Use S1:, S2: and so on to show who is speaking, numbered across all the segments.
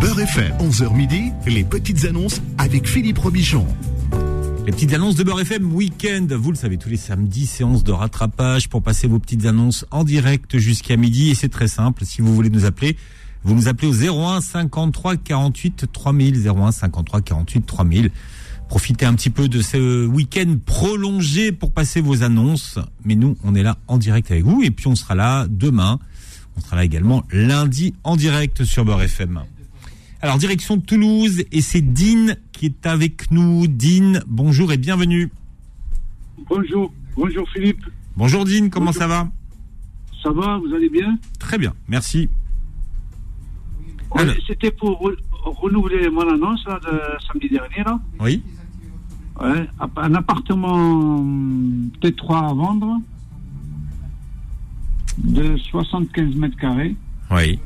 S1: Beurre FM, 11h midi, les petites annonces avec Philippe Robichon.
S2: Les petites annonces de Beurre FM Week-end, vous le savez, tous les samedis, séance de rattrapage pour passer vos petites annonces en direct jusqu'à midi. Et c'est très simple, si vous voulez nous appeler, vous nous appelez au 01 53 48 3000, 01 53 48 3000. Profitez un petit peu de ce week-end prolongé pour passer vos annonces. Mais nous, on est là en direct avec vous et puis on sera là demain. On sera là également lundi en direct sur Beurre FM. Alors, direction de Toulouse, et c'est Dean qui est avec nous. Dean, bonjour et bienvenue.
S3: Bonjour, bonjour Philippe,
S2: Bonjour Dean, comment
S3: Bonjour.
S2: ça va
S3: ça va, vous allez bien
S2: Très bien, merci. Alors.
S3: Ouais, C'était pour re- renouveler mon annonce là, de samedi dernier. Là.
S2: Oui
S3: Ouais, app- un appartement hum, T3 à vendre de 75 mètres carrés
S2: Oui.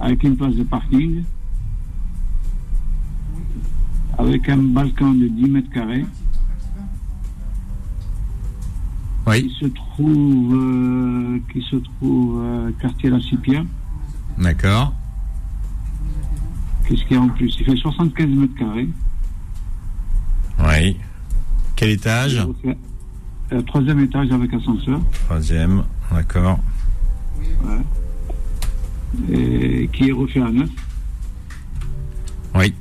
S3: avec une place de parking, avec un balcon de 10 mètres carrés.
S2: Oui,
S3: qui se trouve, euh, qui se trouve euh, quartier La Cipia.
S2: d'accord.
S3: Qu'est-ce qu'il y a en plus Il fait 75 mètres carrés.
S2: Oui. Quel étage
S3: Ok. Euh, troisième étage avec ascenseur,
S2: Troisième, d'accord.
S3: et qui est refait à neuf.
S2: Oui.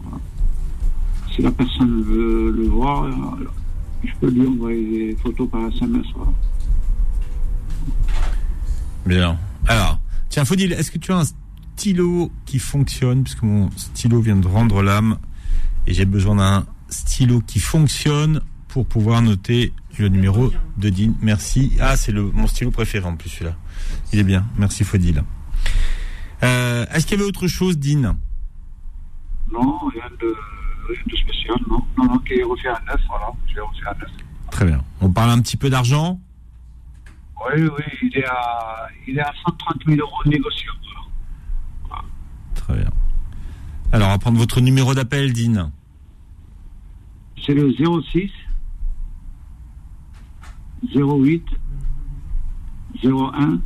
S3: Si la personne veut le voir, euh, je peux lui envoyer des photos par SMS. voilà.
S2: Bien. Alors, tiens, Faudil, est-ce que tu as un stylo qui fonctionne Puisque mon stylo vient de rendre l'âme et j'ai besoin d'un stylo qui fonctionne pour pouvoir noter le numéro de Dean. Merci. Ah, c'est le mon stylo préféré en plus celui-là. Il est bien. Merci Faudil. Euh, est-ce qu'il y avait autre chose, Dean
S3: Non, rien de, rien de spécial, non. Non, non, qui est refait à neuf, voilà. Je l'ai refait à neuf.
S2: Très bien. On parle un petit peu d'argent
S3: Oui, oui, il est à, il est à 130 000 euros négociables.
S2: Très bien. Alors, on va prendre votre numéro d'appel, Dean.
S3: C'est le 06 08 01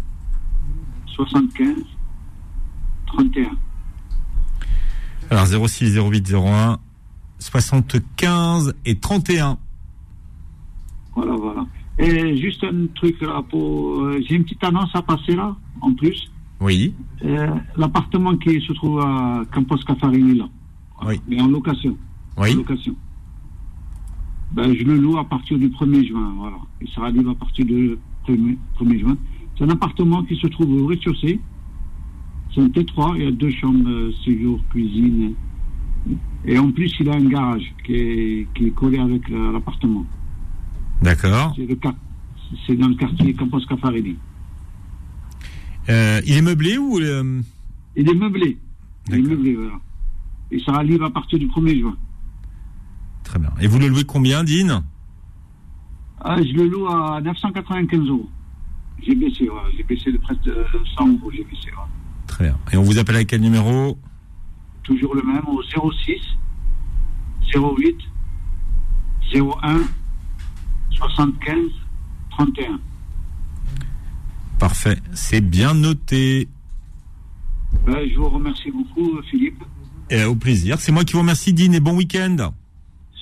S3: 75 31.
S2: Alors, 06 08 01 75 et 31.
S3: Voilà, voilà. Et juste un truc là pour. euh, J'ai une petite annonce à passer là, en plus.
S2: Oui.
S3: Euh, L'appartement qui se trouve à Campos Cafarini là.
S2: Oui.
S3: Mais en location. En
S2: Oui.
S3: location. Ben, je le loue à partir du 1er juin, voilà. Il sera libre à partir du 1er, 1er juin. C'est un appartement qui se trouve au rez-de-chaussée. C'est un T3, il y a deux chambres, euh, séjour, cuisine. Et en plus, il a un garage qui est, qui est collé avec la- l'appartement.
S2: D'accord.
S3: C'est le quart- c'est dans le quartier Campos Cafarini.
S2: Euh, il est meublé ou euh,
S3: Il est meublé. Il est
S2: D'accord.
S3: meublé, voilà. Il sera libre à partir du 1er juin.
S2: Très bien. Et vous le louez combien, Dean
S3: Ah, je le loue à 995 euros. J'ai baissé, ouais. j'ai baissé de presque euh, 100 euros, j'ai baissé. ouais.
S2: Très bien. Et on vous appelle à quel numéro
S3: Toujours le même, au 06 08 01 75 31.
S2: Parfait. C'est bien noté.
S3: Ben, je vous remercie beaucoup, Philippe.
S2: Et au plaisir. C'est moi qui vous remercie, Dean, et bon week-end.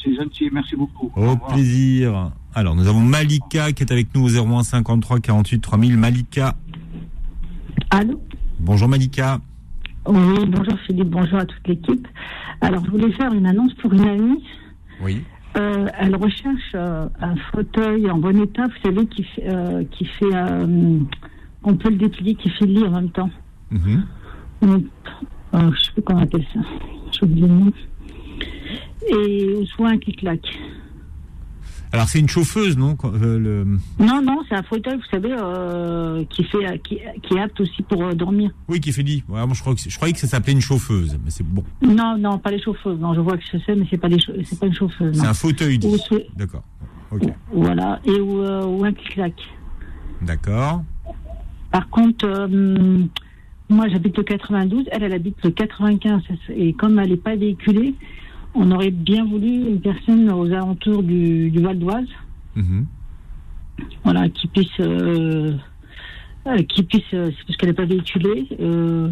S3: C'est gentil, merci beaucoup.
S2: Au
S3: revoir.
S2: plaisir. Alors, nous avons Malika qui est avec nous au 01 53 48 3000. Malika.
S4: Allô
S2: Bonjour, Malika.
S4: Oui, bonjour Philippe, bonjour à toute l'équipe. Alors, je voulais faire une annonce pour une amie.
S2: Oui.
S4: Euh, elle recherche euh, un fauteuil en bon état, vous savez, qui, fait- euh, qui fait. euh, on peut le déplier, qui fait le lit en même temps.
S2: Mhm.
S4: Donc, euh, je sais plus comment on appelle ça. J'ai oublié le nom. Et au soin qui claque.
S2: Alors, c'est une chauffeuse, non quoi, euh, le-
S4: Non, non, c'est un fauteuil, vous savez, euh, qui, fait, euh, qui, qui est apte aussi pour euh, dormir.
S2: Oui, qui fait dit. Ouais, moi, je, crois que c'est- je croyais que ça s'appelait une chauffeuse, mais c'est bon.
S4: Non, non, pas les chauffeuses. Non, je vois que je sais, mais c'est pas, les chau- c'est pas une chauffeuse.
S2: C'est
S4: non.
S2: un fauteuil, dit.
S4: Ou c'est-
S2: D'accord. Ok.
S4: Voilà, et ou, euh, ou un clic-clac.
S2: D'accord.
S4: Par contre, euh, moi j'habite le 92, elle, elle habite le 95. Et comme elle n'est pas véhiculée, on aurait bien voulu une personne aux alentours du, du Val d'Oise,
S2: Mhm.
S4: voilà, qui puisse. euh, euh, qui puisse euh, c'est parce qu'elle n'est pas véhiculée, euh,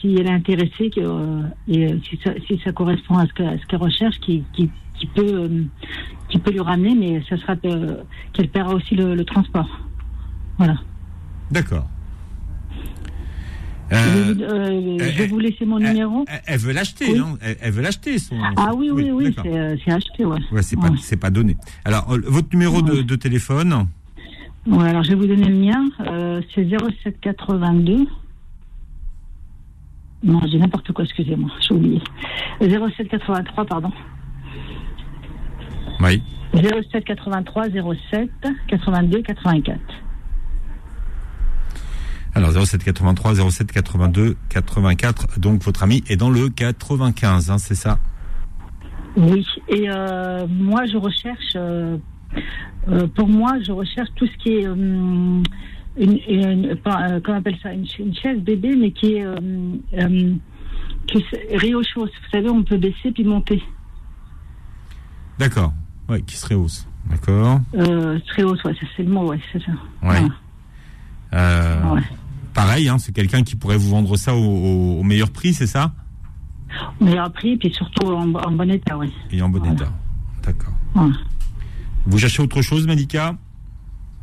S4: si elle est intéressée que, euh, et euh, si ça, si ça correspond à ce que- à ce qu'elle recherche, qui, qui, qui peut, euh, qui peut lui ramener, mais ça sera euh, qu'elle paiera aussi le, le transport. Voilà.
S2: D'accord.
S4: Je
S2: Euh,
S4: vais vous- euh,
S2: euh,
S4: je vais vous laisser mon
S2: euh,
S4: numéro.
S2: elle, elle veut l'acheter,
S4: Oui.
S2: non elle, elle veut l'acheter son.
S4: Ah oui, oui, oui,
S2: d'accord.
S4: c'est, euh, c'est acheté, ouais.
S2: Ouais, c'est pas,
S4: Ouais.
S2: c'est pas donné. Alors, euh, votre numéro de, de téléphone
S4: Ouais, alors je vais vous donner le mien. Euh, c'est 0782. Non, j'ai n'importe quoi, excusez-moi, j'ai oublié. 0783, pardon.
S2: Oui.
S4: 0783 07 82 84.
S2: Alors 07 83 07 82 84. Donc votre ami est dans le 95, hein, c'est ça
S4: Oui, et euh, moi je recherche, euh, euh, pour moi je recherche tout ce qui est, euh, une, une- pas, euh, comment on appelle ça, une, cha- une chaise bébé, mais qui est, euh, euh, que c'est- réhausse. Vous savez, on peut baisser puis monter.
S2: D'accord. Oui, qui se rehausse. D'accord.
S4: Euh, très haute, ouais, ça c'est le mot, ouais, c'est ça.
S2: Ouais. Euh,
S4: Ah. Ouais.
S2: Pareil, hein, c'est quelqu'un qui pourrait vous vendre ça au, au- au meilleur prix, c'est ça
S4: Meilleur prix, puis surtout en, en bon état, oui.
S2: Et en bon
S4: Voilà.
S2: état. D'accord. Vous cherchez autre chose, Medica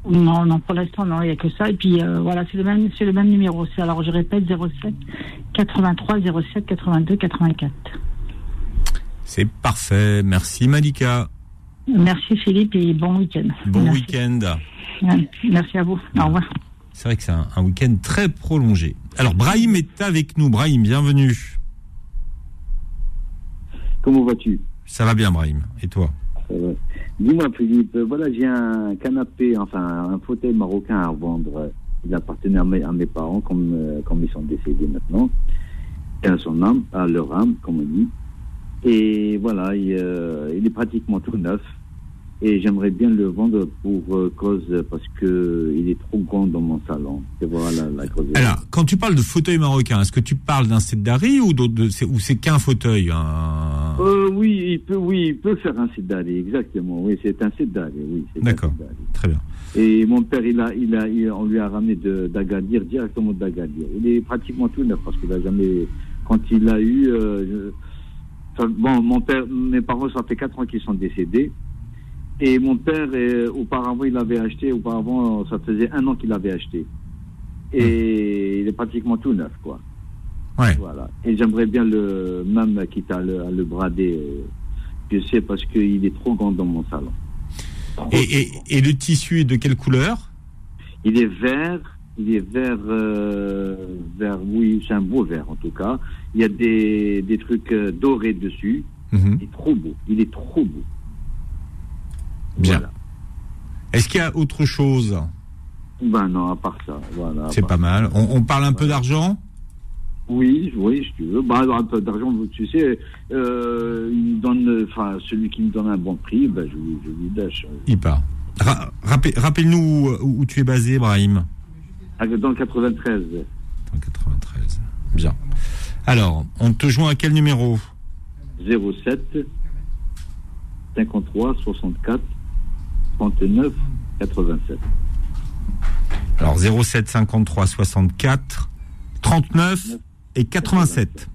S4: Non, non, pour l'instant, non, il n'y a que ça. Et puis euh, voilà, c'est le même, c'est le même numéro. C'est- Alors je répète, 07 83 07 82 84.
S2: C'est parfait. Merci, Malika.
S4: Merci Philippe et bon week-end.
S2: Bon
S4: Merci.
S2: week-end.
S4: Ouais, Merci à vous. Au revoir.
S2: C'est vrai que c'est un, un week-end très prolongé. Alors, Brahim est avec nous. Brahim, bienvenue.
S5: Comment vas-tu
S2: Ça va bien, Brahim. Et toi
S5: Ça va. Dis-moi, Philippe, euh, voilà, j'ai un canapé, enfin, un fauteuil marocain à vendre. Il appartenait à mes, à mes parents, comme, euh, comme ils sont décédés maintenant. Et à son âme, à leur âme, comme on dit. Et voilà, il, euh, il est pratiquement tout neuf. Et j'aimerais bien le vendre pour euh, cause, euh, parce que il est trop grand dans mon salon. C'est voilà la cause.
S2: Alors, quand tu parles de fauteuil marocain, est-ce que tu parles d'un sedari ou d'autres- de- c'est- ou c'est qu'un fauteuil un-
S5: Euh, oui, il peut, oui, il peut faire un sedari, exactement. Oui, c'est un sedari, oui. c'est un
S2: D'accord.
S5: sedari.
S2: Très bien.
S5: Et mon père, il a, il a, il- on lui a ramené de- d'Agadir, directement d'Agadir. Il est pratiquement tout neuf parce qu'il a jamais. Quand il a eu. euh, je- ça- bon, mon père, mes parents, ça fait 4 ans qu'ils sont décédés. Et mon père, euh, auparavant, il avait acheté, auparavant, ça faisait un an qu'il avait acheté. Et il est pratiquement tout neuf, quoi.
S2: Ouais.
S5: Voilà. Et j'aimerais bien le. Même quitte à le, à le brader, euh, je sais, parce qu'il est trop grand dans mon salon.
S2: Et, et- et le tissu est de quelle couleur
S5: Il est vert, il est vert, euh, vert, oui, c'est un beau vert en tout cas. Il y a des, des trucs euh, dorés dessus.
S2: Mhm.
S5: Il est trop beau, il est trop beau.
S2: Bien.
S5: Voilà.
S2: Est-ce qu'il y a autre chose
S5: Ben non, à part ça, voilà. à
S2: C'est
S5: part-
S2: pas mal. On, on parle un peu d'argent
S5: Oui, oui, si tu veux. Ben, alors, un peu d'argent, tu sais, euh, il me donne, enfin, celui qui me donne un bon prix, ben, je, lui- je lui lâche.
S2: Il part. Ra- rappel- Rappelle-nous où, où tu es basé, Brahim.
S5: Ah, Dans le 93,
S2: En 93. Bien. Alors, on te joint à quel numéro
S5: 07 53 64 39 87.
S2: Alors 07 53 64 39 et 87.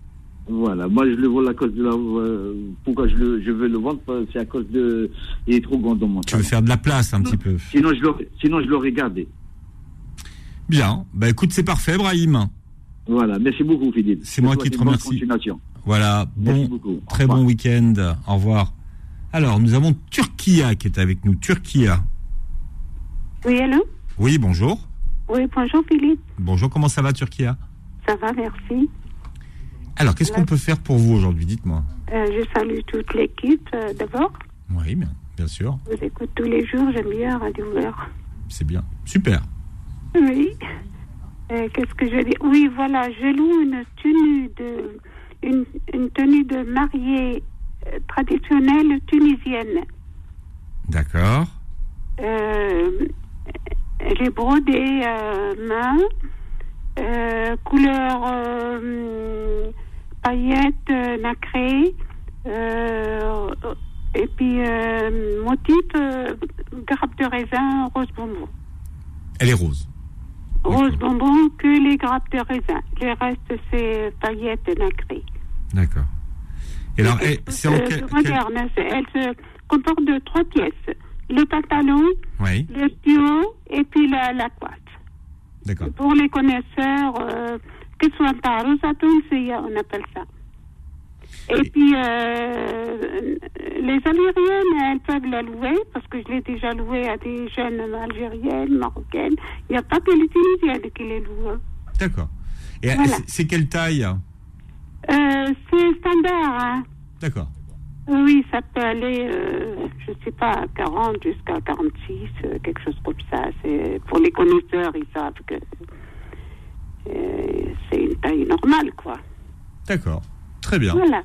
S5: Voilà, moi je le vends à cause de la. euh, pourquoi je, le, je veux le vendre parce que C'est à cause de. Il est trop grand dans mon
S2: Tu veux
S5: salon.
S2: faire de la place un petit peu
S5: Sinon je l'aurais, sinon je l'aurais gardé.
S2: Bien. Bah écoute, c'est parfait, Brahim.
S5: Voilà, merci beaucoup Philippe.
S2: C'est moi
S5: Je te
S2: qui
S5: souhaite
S2: te
S5: une bonne
S2: remercie.
S5: continuation.
S2: Voilà.
S5: Merci
S2: Bon,
S5: beaucoup. Au
S2: très
S5: revoir.
S2: bon week-end. Au revoir. Alors, nous avons Turquia qui est avec nous. Turquia.
S6: Oui, allô
S2: Oui, bonjour.
S6: Oui, bonjour Philippe.
S2: Bonjour, comment ça va, Turquia
S6: Ça va, merci.
S2: Alors, qu'est-ce qu'on peut faire pour vous aujourd'hui Dites-moi.
S6: Euh, je salue toute l'équipe euh, d'abord.
S2: Oui, bien, bien sûr.
S6: Je vous écoute tous les jours, j'aime bien Radio Vert.
S2: C'est bien. Super.
S6: Oui. Euh, Qu'est-ce que je dis Oui, voilà, je loue une tenue de une, une tenue de mariée euh, traditionnelle tunisienne.
S2: D'accord.
S6: Euh, elle est brodée euh, main, euh, couleur euh, hum, paillettes euh, nacrées, euh, et puis euh, motif euh, grappe de raisin rose bonbon.
S2: Elle est rose.
S7: rose bonbon que les grappes de raisin. Le reste, c'est paillettes nacrées.
S2: D'accord. Et alors, eh, c'est en
S7: Euh,
S2: quel. quel-
S7: moderne. c'est- Elle se comporte de trois pièces. Le pantalon,
S2: Oui,
S7: le tuyau et puis la, la coiffe.
S2: d'accord.
S7: Pour les connaisseurs, euh, que ce soit un rosatum, c'est- on appelle ça. Et puis, euh, les Algériennes, elles peuvent la louer, parce que je l'ai déjà louée à des jeunes Algériennes, Marocaines. Il n'y a pas que les Tunisiennes qui les hein. louent.
S2: D'accord. Et eh,
S7: Voilà.
S2: c'est- c'est quelle taille
S7: Euh, c'est standard, hein.
S2: D'accord.
S7: Oui, ça peut aller, euh, je sais pas, 40 jusqu'à 46, euh, quelque chose comme ça. C'est pour les connaisseurs, ils savent que euh, c'est une taille normale, quoi.
S2: D'accord. Très bien.
S7: Voilà.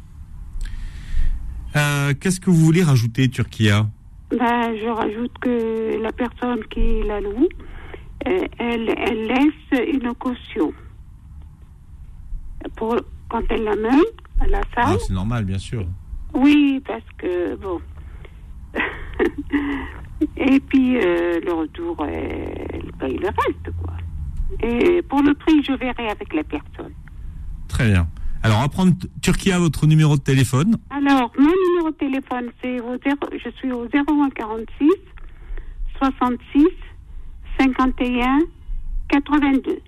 S2: Euh, Qu'est-ce que vous voulez rajouter, Turquia
S7: Ben, je rajoute que la personne qui la loue, euh, elle, elle laisse une caution pour quand elle l'amène à la
S2: Ah,
S7: salle.
S2: C'est normal, bien sûr.
S7: Oui, parce que bon. Et puis euh, le retour, euh, elle paye le reste, quoi. Et pour le prix, je verrai avec la personne.
S2: Très bien. Alors, à prendre Turquia votre numéro de téléphone.
S7: Alors, mon numéro de téléphone, c'est au zéro, je suis au 0146 66 51 82.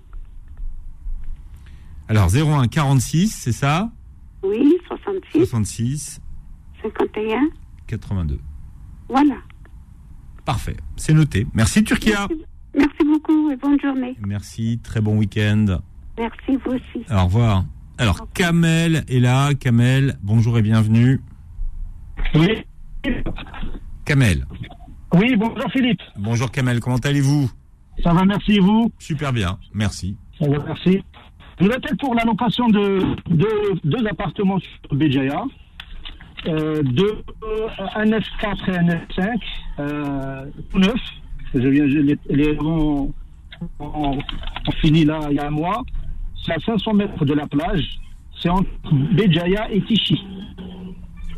S2: Alors, 01 46, c'est ça
S7: Oui, 66
S2: 66
S7: 51.
S2: 82.
S7: Voilà.
S2: Parfait. C'est noté. Merci, Turquia.
S7: Merci, merci beaucoup et bonne journée.
S2: Merci. Très bon week-end.
S7: Merci, vous aussi.
S2: Au revoir. Alors, Kamel est là. Kamel, bonjour et bienvenue.
S8: Oui.
S2: Kamel.
S8: Oui, bonjour Philippe.
S2: Bonjour, Kamel. Comment allez-vous
S8: Ça va, merci et vous.
S2: Super bien. Merci.
S8: Ça va, merci. Je l'appelle pour la location de, de deux appartements sur Béjaïa. Euh, deux, euh, un F4 et un F5, euh, tout neuf. Je viens, je les, les avons on, on finit là il y a un mois. C'est à 500 mètres de la plage. C'est entre Béjaïa et Tichy.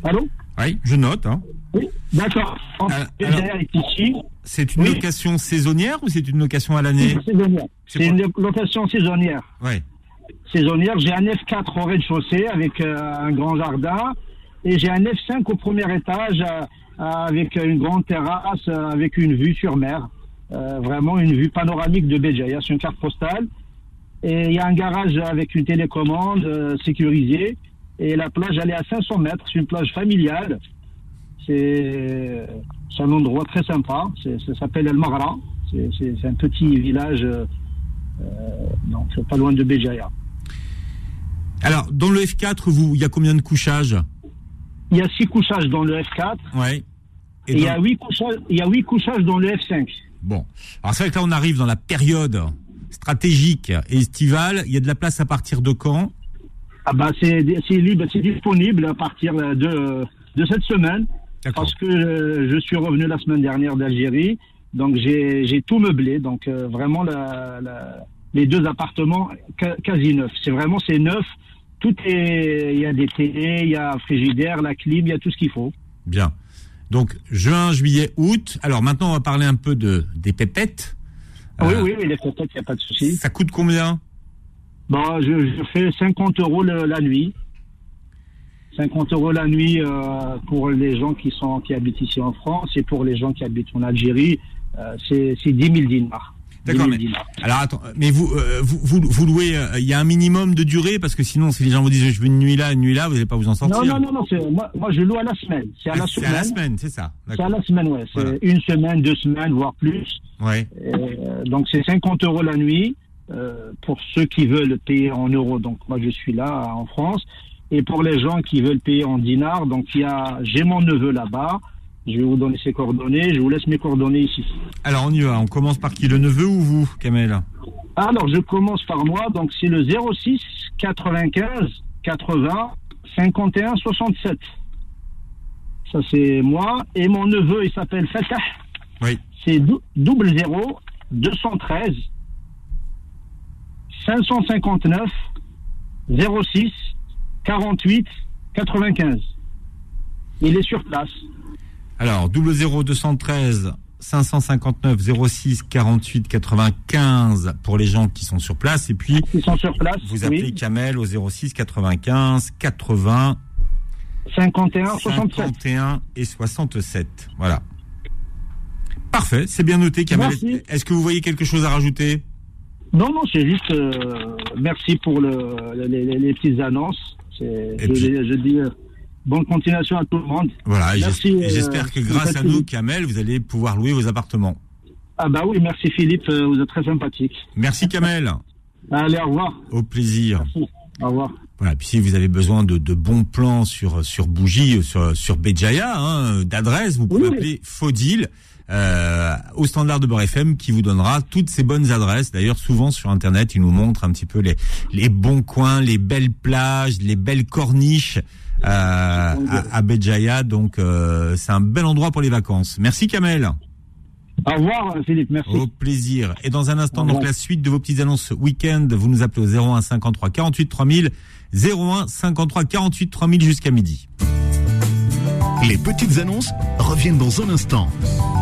S8: Allô
S2: Oui, je note. hein. Euh,
S8: Oui, d'accord. Entre
S2: Alors-
S8: Béjaïa et Tichy.
S2: C'est une
S8: Oui.
S2: location saisonnière ou c'est une location à l'année
S8: saisonnière.
S2: C'est
S8: C'est
S2: quoi
S8: une location saisonnière.
S2: Oui.
S8: saisonnière. J'ai un F4 au rez-de-chaussée avec euh, un grand jardin et j'ai un F5 au premier étage euh, euh, avec une grande terrasse, euh, avec une vue sur mer. Euh, vraiment une vue panoramique de Béjaïa. C'est une carte postale. Et il y a un garage avec une télécommande euh, sécurisée. Et la plage, elle est à 500 mètres. C'est une plage familiale. C'est c'est un endroit très sympa. C'est- Ça s'appelle El Maghra. C'est- C'est c'est un petit village, euh, euh, donc pas loin de Béjaïa.
S2: Alors, dans le F4, vous, il y a combien de couchages
S8: Il y a six couchages dans le F4
S2: Oui.
S8: et, il, y a huit couchages, il y a huit couchages dans le F5.
S2: Bon. Alors, c'est vrai que là, on arrive dans la période stratégique et estivale. Il y a de la place à partir de quand
S8: Ah bah c'est c'est libre, c'est disponible à partir de, de cette semaine
S2: D'accord.
S8: parce que euh, je suis revenu la semaine dernière d'Algérie, donc j'ai j'ai tout meublé, donc euh, vraiment la, la- les deux appartements ca- quasi neufs. C'est vraiment c'est neuf. Tout est, il y a des télés, il y a un frigidaire, la clim, il y a tout ce qu'il faut.
S2: Bien. Donc, juin, juillet, août. Alors, maintenant, on va parler un peu de, des pépettes.
S8: Ah oui,
S2: Euh,
S8: oui, oui, les contacts, il n'y a pas de souci.
S2: Ça coûte combien
S8: Bon, Bah, je, je fais 50 euros le- la nuit. 50 euros la nuit euh, pour les gens qui sont qui habitent ici en France et pour les gens qui habitent en Algérie, euh, c'est c'est 10 000 dinars. 10
S2: D'accord,
S8: 000
S2: mais-
S8: dinars.
S2: Alors, attends, mais vous, euh, vous, vous, vous louez, euh, il y a un minimum de durée parce que sinon, si les gens vous disent je veux une nuit là, une nuit là, vous n'allez pas vous en sortir.
S8: Non, non, non, non c'est- moi, moi je loue à la semaine. C'est à la
S2: C'est à la
S8: semaine.
S2: semaine, c'est ça.
S8: C'est à
S2: D'accord.
S8: la semaine, ouais. C'est
S2: Voilà.
S8: une semaine, deux semaines, voire plus.
S2: Ouais.
S8: Et, euh, donc c'est 50 euros la nuit euh, pour ceux qui veulent payer en euros. Donc moi je suis là en France. Et pour les gens qui veulent payer en dinars, donc il y a j'ai mon neveu là-bas. Je vais vous donner ses coordonnées. Je vous laisse mes coordonnées ici.
S2: Alors, on y va. On commence par qui Le neveu ou vous, Kamel
S8: Ah, Alors je commence par moi. Donc c'est le 06 95 80 51 67. Ça c'est moi et mon neveu. Il s'appelle Fatah.
S2: Oui.
S8: c'est dou- double 0 213 559 06 48 95. Il est sur place.
S2: Alors, 00213 559 06 48 95 pour les gens qui sont sur place. Et puis,
S8: Ils sont sur place.
S2: vous appelez
S8: oui.
S2: Kamel au 06 95 80
S8: 51, 67.
S2: 51 et 67. Voilà. Parfait, c'est bien noté, Kamel.
S8: Merci.
S2: Est-ce que vous voyez quelque chose à rajouter
S8: Non, non, c'est juste euh, merci pour le, les, les- les petites annonces. C'est-
S2: Et
S8: Je,
S2: puis-
S8: je dis euh, bonne continuation à tout le monde.
S2: Voilà, et
S8: Merci,
S2: j'es- et
S8: euh,
S2: j'espère que grâce à
S8: Philippe.
S2: nous, Kamel, vous allez pouvoir louer vos appartements.
S8: Ah bah oui, merci Philippe, euh, vous êtes très sympathique.
S2: Merci, Kamel.
S8: Allez, au revoir.
S2: Au plaisir.
S8: Merci. Au revoir.
S2: Voilà, puis si vous avez besoin de, de bons plans sur sur Bougie, euh, sur sur Béjaïa, hein, d'adresse, vous pouvez
S8: Oui.
S2: appeler Faudil euh, au standard de Beurre FM qui vous donnera toutes ces bonnes adresses. D'ailleurs, souvent sur Internet, il nous montre un petit peu les les bons coins, les belles plages, les belles corniches euh, à, à Béjaïa. Donc, euh, c'est un bel endroit pour les vacances. Merci Kamel.
S8: Au revoir euh, Philippe, merci.
S2: Au plaisir. Et dans un instant,
S8: Au
S2: donc
S8: revoir.
S2: la suite de vos petites annonces week-end, vous nous appelez au 01 53 48 3000, 01 53 48 3000 jusqu'à midi.
S9: Les petites annonces reviennent dans un instant.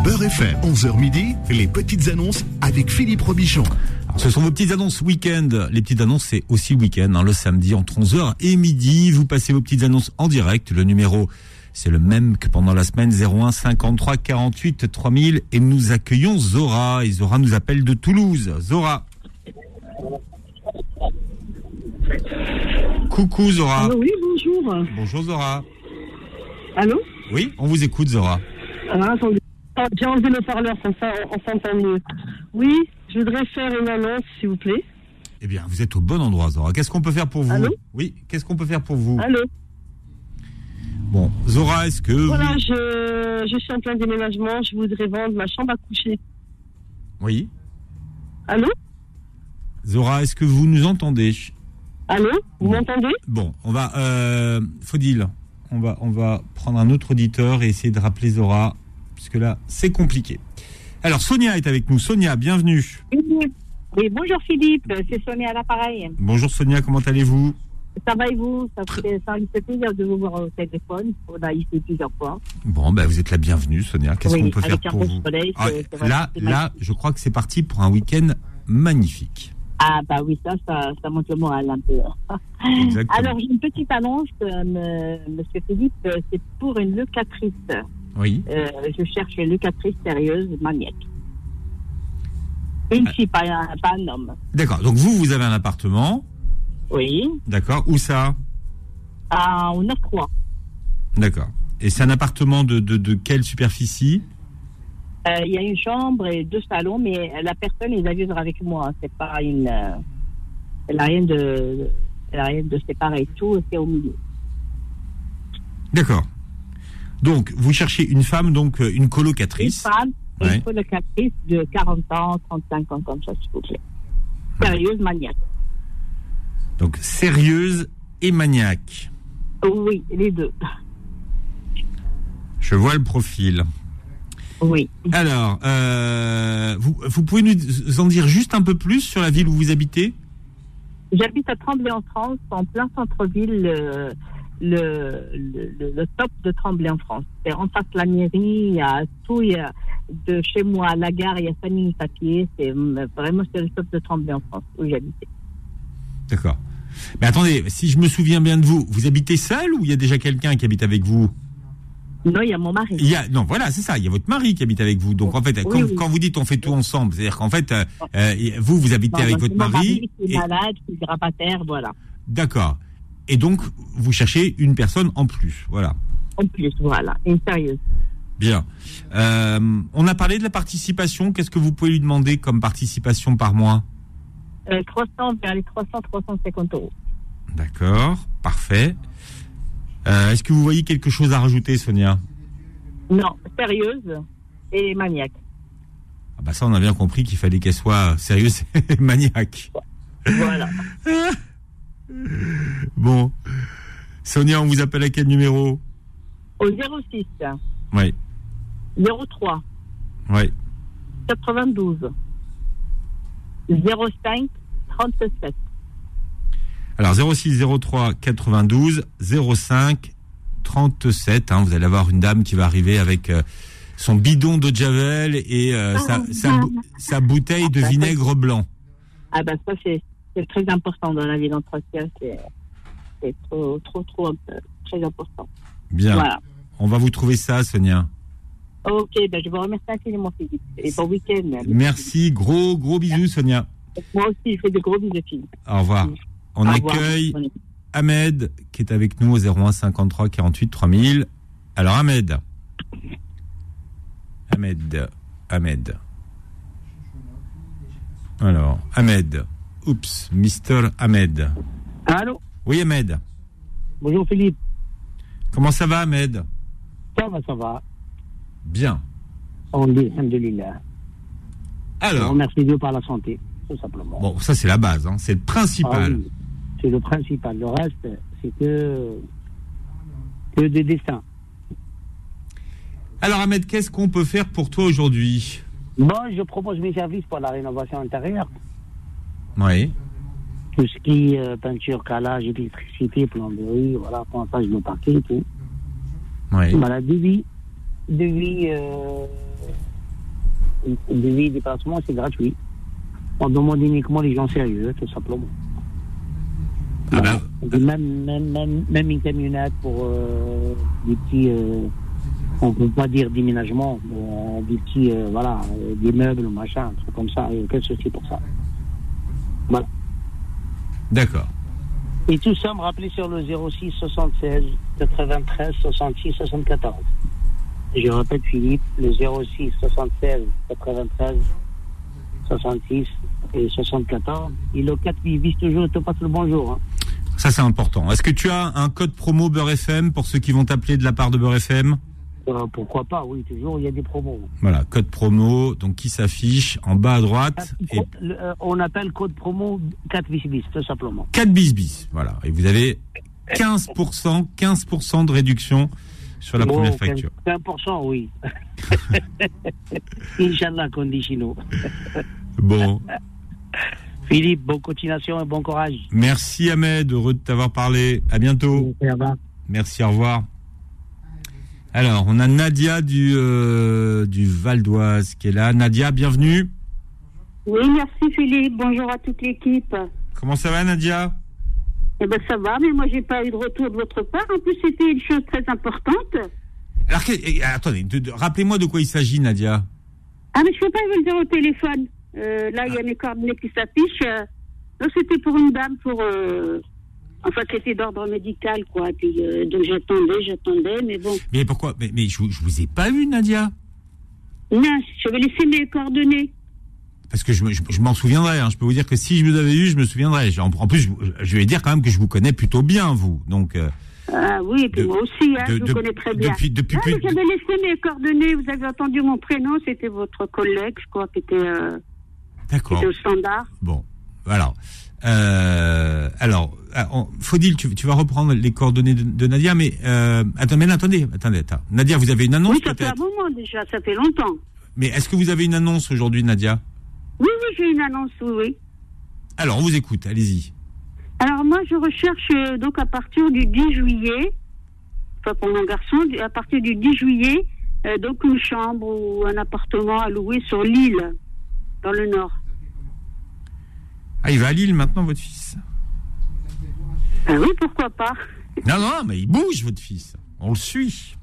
S9: Beurre FM, 11h midi, les petites annonces avec Philippe Robichon.
S2: Alors, ce sont vos petites annonces week-end. Les petites annonces, c'est aussi le week-end, hein, le samedi entre 11h et midi. Vous passez vos petites annonces en direct. Le numéro, c'est le même que pendant la semaine, 01 53 48 3000. Et nous accueillons Zora. Et Zora nous appelle de Toulouse. Zora. Coucou Zora.
S4: Allô, oui, bonjour.
S2: Bonjour Zora.
S7: Allô
S2: Oui, on vous écoute Zora.
S7: Alors, attendez. Ah, J'ai enlevé le parleur, comme ça on, on s'entend
S10: Euh,
S7: mieux. Oui, je voudrais faire une annonce, s'il vous plaît.
S2: Eh bien, vous êtes au bon endroit Zora. Qu'est-ce qu'on peut faire pour vous
S7: Allô
S2: Oui, qu'est-ce qu'on peut faire pour vous
S7: Allô
S2: Bon, Zora, est-ce que
S7: Voilà, je, je suis en plein déménagement, je voudrais vendre ma chambre à coucher.
S2: Oui.
S7: Allô
S2: Zora, est-ce que vous nous entendez
S7: Allô Vous
S2: Oui.
S7: m'entendez
S2: Bon, on va euh, Faudil, on va on va prendre un autre auditeur et essayer de rappeler Zora parce que là, c'est compliqué. Alors Sonia est avec nous. Sonia, bienvenue.
S10: Oui, bonjour Philippe, c'est Sonia à l'appareil.
S2: Bonjour Sonia, comment allez-vous
S10: Ça va et vous Ça vous fait, ça me fait plaisir de vous voir au téléphone. On a essayé plusieurs fois.
S2: Bon, ben vous êtes la bienvenue Sonia. Qu'est-ce
S10: oui,
S2: qu'on peut faire
S10: avec un
S2: pour
S10: peu
S2: vous
S10: de soleil.
S2: Ah,
S10: c'est- c'est vrai,
S2: Là,
S10: c'est
S2: là, je crois que c'est parti pour un week-end magnifique.
S10: Ah bah oui, ça, ça, ça monte le moral un peu.
S2: Exactement.
S10: Alors, j'ai une petite annonce, euh, me- monsieur Philippe, euh, c'est pour une locatrice.
S2: oui.
S10: Euh, je cherche une locatrice sérieuse, maniaque.
S2: Ah.
S10: Une fille, pas un, pas un homme.
S2: D'accord. Donc vous, vous avez un appartement,
S10: Oui,
S2: d'accord Où ça
S10: ah, on a trois.
S2: D'accord. Et c'est un appartement de, de, de quelle superficie
S10: Euh, Il y a une chambre et deux salons, mais la personne, elle va vivre avec moi. C'est pas une. euh, elle n'a rien de. Elle a rien de séparé. Tout, c'est au milieu.
S2: D'accord. Donc vous cherchez une femme, donc euh, une
S10: Une
S2: colocatrice.
S10: femme,
S2: Ouais.
S10: une colocatrice de 40 ans, 35 ans, comme ça, s'il vous plaît. Sérieuse maniaque.
S2: Donc sérieuse et maniaque.
S10: Oui, les deux.
S2: Je vois le profil.
S10: Oui.
S2: Alors, euh, vous, vous pouvez nous en dire juste un peu plus sur la ville où vous habitez
S10: J'habite à Tremblay-en-France, en plein centre-ville, le, le, le- le- le top de Tremblay-en-France. C'est en face de la mairie, il y a tout, il y a de chez moi à la gare, il y a 5 minutes à pied. C'est mm, vraiment c'est le top de Tremblay-en-France où j'habitais.
S2: D'accord. Mais attendez, si je me souviens bien de vous, vous habitez seul ou il y a déjà quelqu'un qui habite avec vous
S10: Non, il y a mon mari.
S2: Il y a, non, voilà, c'est ça. Il y a votre mari qui habite avec vous. Donc en fait, quand,
S10: oui.
S2: quand vous dites on fait tout ensemble, c'est-à-dire qu'en fait, euh, euh, vous vous habitez
S10: Non,
S2: avec
S10: donc,
S2: votre
S10: mon
S2: mari.
S10: qui est
S2: et-
S10: malade, qui est grabataire, voilà.
S2: D'accord. Et donc vous cherchez une personne en plus. Voilà.
S10: En plus, voilà. Une sérieuse.
S2: Bien. Euh, on a parlé de la participation. Qu'est-ce que vous pouvez lui demander comme participation par mois
S10: Euh, 300, vers les 300, 350 euros.
S2: D'accord. Parfait. Euh, Est-ce que vous voyez quelque chose à rajouter, Sonia
S10: Non, sérieuse et maniaque.
S2: Ah bah ça, on a bien compris qu'il fallait qu'elle soit sérieuse et maniaque.
S10: Voilà.
S2: Bon. Sonia, on vous appelle à quel numéro
S10: Au 06,
S2: Oui.
S10: 03.
S2: Oui.
S10: 92 05 37.
S2: Alors 06 03 92 05 37. hein. vous allez avoir une dame qui va arriver avec euh, son bidon d'eau de javel et euh, sa, sa bou- sa bouteille de vinaigre blanc.
S10: Ah ben ça c'est c'est très important dans la vie d'entretien, c'est c'est trop trop trop euh, très important.
S2: Bien.
S10: Voilà.
S2: On va vous trouver ça, Sonia.
S10: Ok, ben je vous remercie infiniment Philippe et bon week-end.
S2: Merci. Gros, gros bisous, Sonia.
S10: Moi aussi, je fais de gros bisous Philippe.
S2: Au revoir. On
S10: Au revoir.
S2: accueille Ahmed qui est avec nous au 01 53 48 3000. Alors Ahmed. Ahmed. Ahmed. Alors Ahmed. Oups, Mister Ahmed.
S11: Allô
S2: Oui Ahmed.
S11: Bonjour Philippe.
S2: Comment ça va Ahmed
S11: Ça va, ça va.
S2: Bien.
S11: On dit Alhamdulillah.
S2: Alors.
S11: On remercie Dieu par la santé, tout simplement.
S2: Bon, ça c'est la base, hein, c'est le principal.
S11: Ah oui, c'est le principal. Le reste, c'est que, que des destins.
S2: Alors Ahmed, qu'est-ce qu'on peut faire pour toi aujourd'hui
S11: Moi, je propose mes services pour la rénovation intérieure.
S2: Oui.
S11: Tout ce qui est euh, peinture, calage, électricité, plomberie, voilà, pontage de parquet, tout.
S2: Oui.
S11: Voilà, devis, devis, euh, devis, déplacement, c'est gratuit. On demande uniquement les gens sérieux, tout simplement. Voilà. même, même, même, même une camionnette pour euh, des petits, euh, on peut pas dire déménagement, mais, euh, des petits, euh, voilà, euh, des meubles, machin, un truc comme ça, et quel souci pour ça. Voilà.
S2: D'accord.
S11: Et tout ça me rappelait sur le 06 76 93 66 74. Je répète, Philippe, le 06 76 93 66 et 74. Et le 4 il vise toujours, il te passe le bonjour. hein.
S2: Ça c'est important. Est-ce que tu as un code promo Beurre FM pour ceux qui vont t'appeler de la part de Beurre FM
S11: Euh, pourquoi pas, oui, toujours, il y a des promos.
S2: Voilà, code promo, donc qui s'affiche en bas à droite et
S11: Le- euh, on appelle code promo 4 bis bis, tout simplement.
S2: 4 bis bis. Voilà, et vous avez 15%, 15% de réduction sur la
S11: Oh,
S2: première
S11: 15
S2: facture.
S11: 20%, oui. Inch'Allah, qu'on dit chez nous.
S2: Bon,
S11: Philippe, bonne continuation et bon courage.
S2: merci Ahmed, heureux de t'avoir parlé. À bientôt.
S11: Au revoir.
S2: Merci, au revoir. Alors, on a Nadia du, euh, du Val d'Oise qui est là. Nadia, bienvenue.
S7: Oui, merci Philippe. Bonjour à toute l'équipe.
S2: Comment ça va Nadia
S7: Eh ben ça va, mais moi j'ai pas eu de retour de votre part. En plus, c'était une chose très importante.
S2: Alors, que- eh, attendez, de- de- rappelez-moi de quoi il s'agit Nadia.
S7: Ah, mais je peux pas vous le dire au téléphone. Euh, là, il y a mes coordonnées qui s'affichent. Euh, non, c'était pour une dame, pour. euh, Enfin, c'était d'ordre médical, quoi. Puis, euh, donc j'attendais, j'attendais, mais bon.
S2: Mais pourquoi Mais, mais je, vous- je vous ai pas eu, Nadia.
S7: Non, je vais laisser mes coordonnées.
S2: Parce que je, me- je- je m'en souviendrai. hein. Je peux vous dire que si je vous avais eu, je me souviendrais. Je- En, en plus, je, vous- je vais dire quand même que je vous connais plutôt bien, vous. Donc, euh,
S7: Ah oui, et puis
S2: De-
S7: moi aussi, hein,
S2: de-
S7: je vous
S2: de-
S7: connais très bien.
S2: depuis- depuis
S7: Ah,
S2: plus-
S7: mais J'avais laissé mes coordonnées, vous avez entendu mon prénom, c'était votre collègue, je crois, qui était, euh, qui
S2: D'accord.
S7: était au standard.
S2: bon, alors, euh, alors, ah, on- Faudil, tu, tu vas reprendre les coordonnées de, de Nadia, mais euh, attends, mais attendez, attendez, attends. Nadia, vous avez une annonce
S7: oui, ça fait un
S2: peut-être.
S7: moment déjà, ça fait longtemps.
S2: Mais est-ce que vous avez une annonce aujourd'hui, Nadia
S7: Oui, oui, j'ai une annonce, oui, oui.
S2: Alors, on vous écoute. Allez-y.
S7: Alors moi, je recherche euh, donc à partir du 10 juillet, enfin pour mon garçon, du- à partir du 10 juillet, euh, donc une chambre ou un appartement à louer sur l'île, dans le nord.
S2: Ah, il va à Lille maintenant, votre fils.
S7: Ah oui, pourquoi pas
S2: Non, non, mais il bouge, votre fils. On le suit.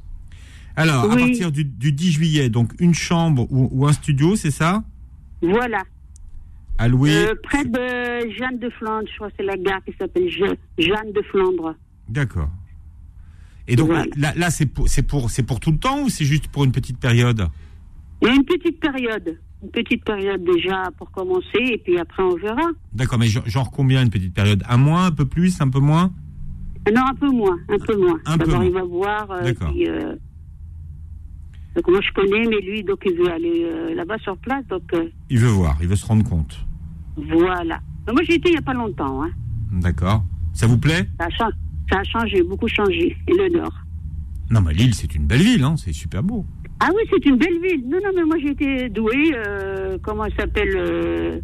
S2: Alors, à
S7: Oui.
S2: partir du, du 10 juillet, donc une chambre ou, ou un studio, c'est ça
S7: Voilà.
S2: À louer.
S7: Euh, près de Jeanne de Flandre, je crois que c'est la gare qui s'appelle Je- Jeanne de Flandre.
S2: D'accord. Et donc, là, là c'est pour, c'est pour, c'est pour tout le temps ou c'est juste pour une petite période
S7: Il y a une petite période, une petite période déjà pour commencer, et puis après on verra.
S2: D'accord, mais genre- genre combien une petite période Un mois, un peu plus, un peu moins
S7: Euh, Non, un peu moins, un peu moins.
S2: Un peu
S7: D'abord,
S2: moins.
S7: il va voir. euh,
S2: D'accord.
S7: puis, euh, donc, moi, je connais, mais lui, donc, il veut aller euh, là-bas sur place. Donc, euh,
S2: Il veut voir, il veut se rendre compte.
S7: voilà. Donc, moi, j'ai été il n'y a pas longtemps. hein.
S2: D'accord. Ça vous plaît
S7: Ça, a cha- ça a changé, beaucoup changé. Et le Nord.
S2: Non, mais Lille, c'est une belle ville, hein, c'est super beau.
S7: Ah oui, c'est une belle ville. Non, non, mais moi, j'ai été douée. euh, comment elle s'appelle euh,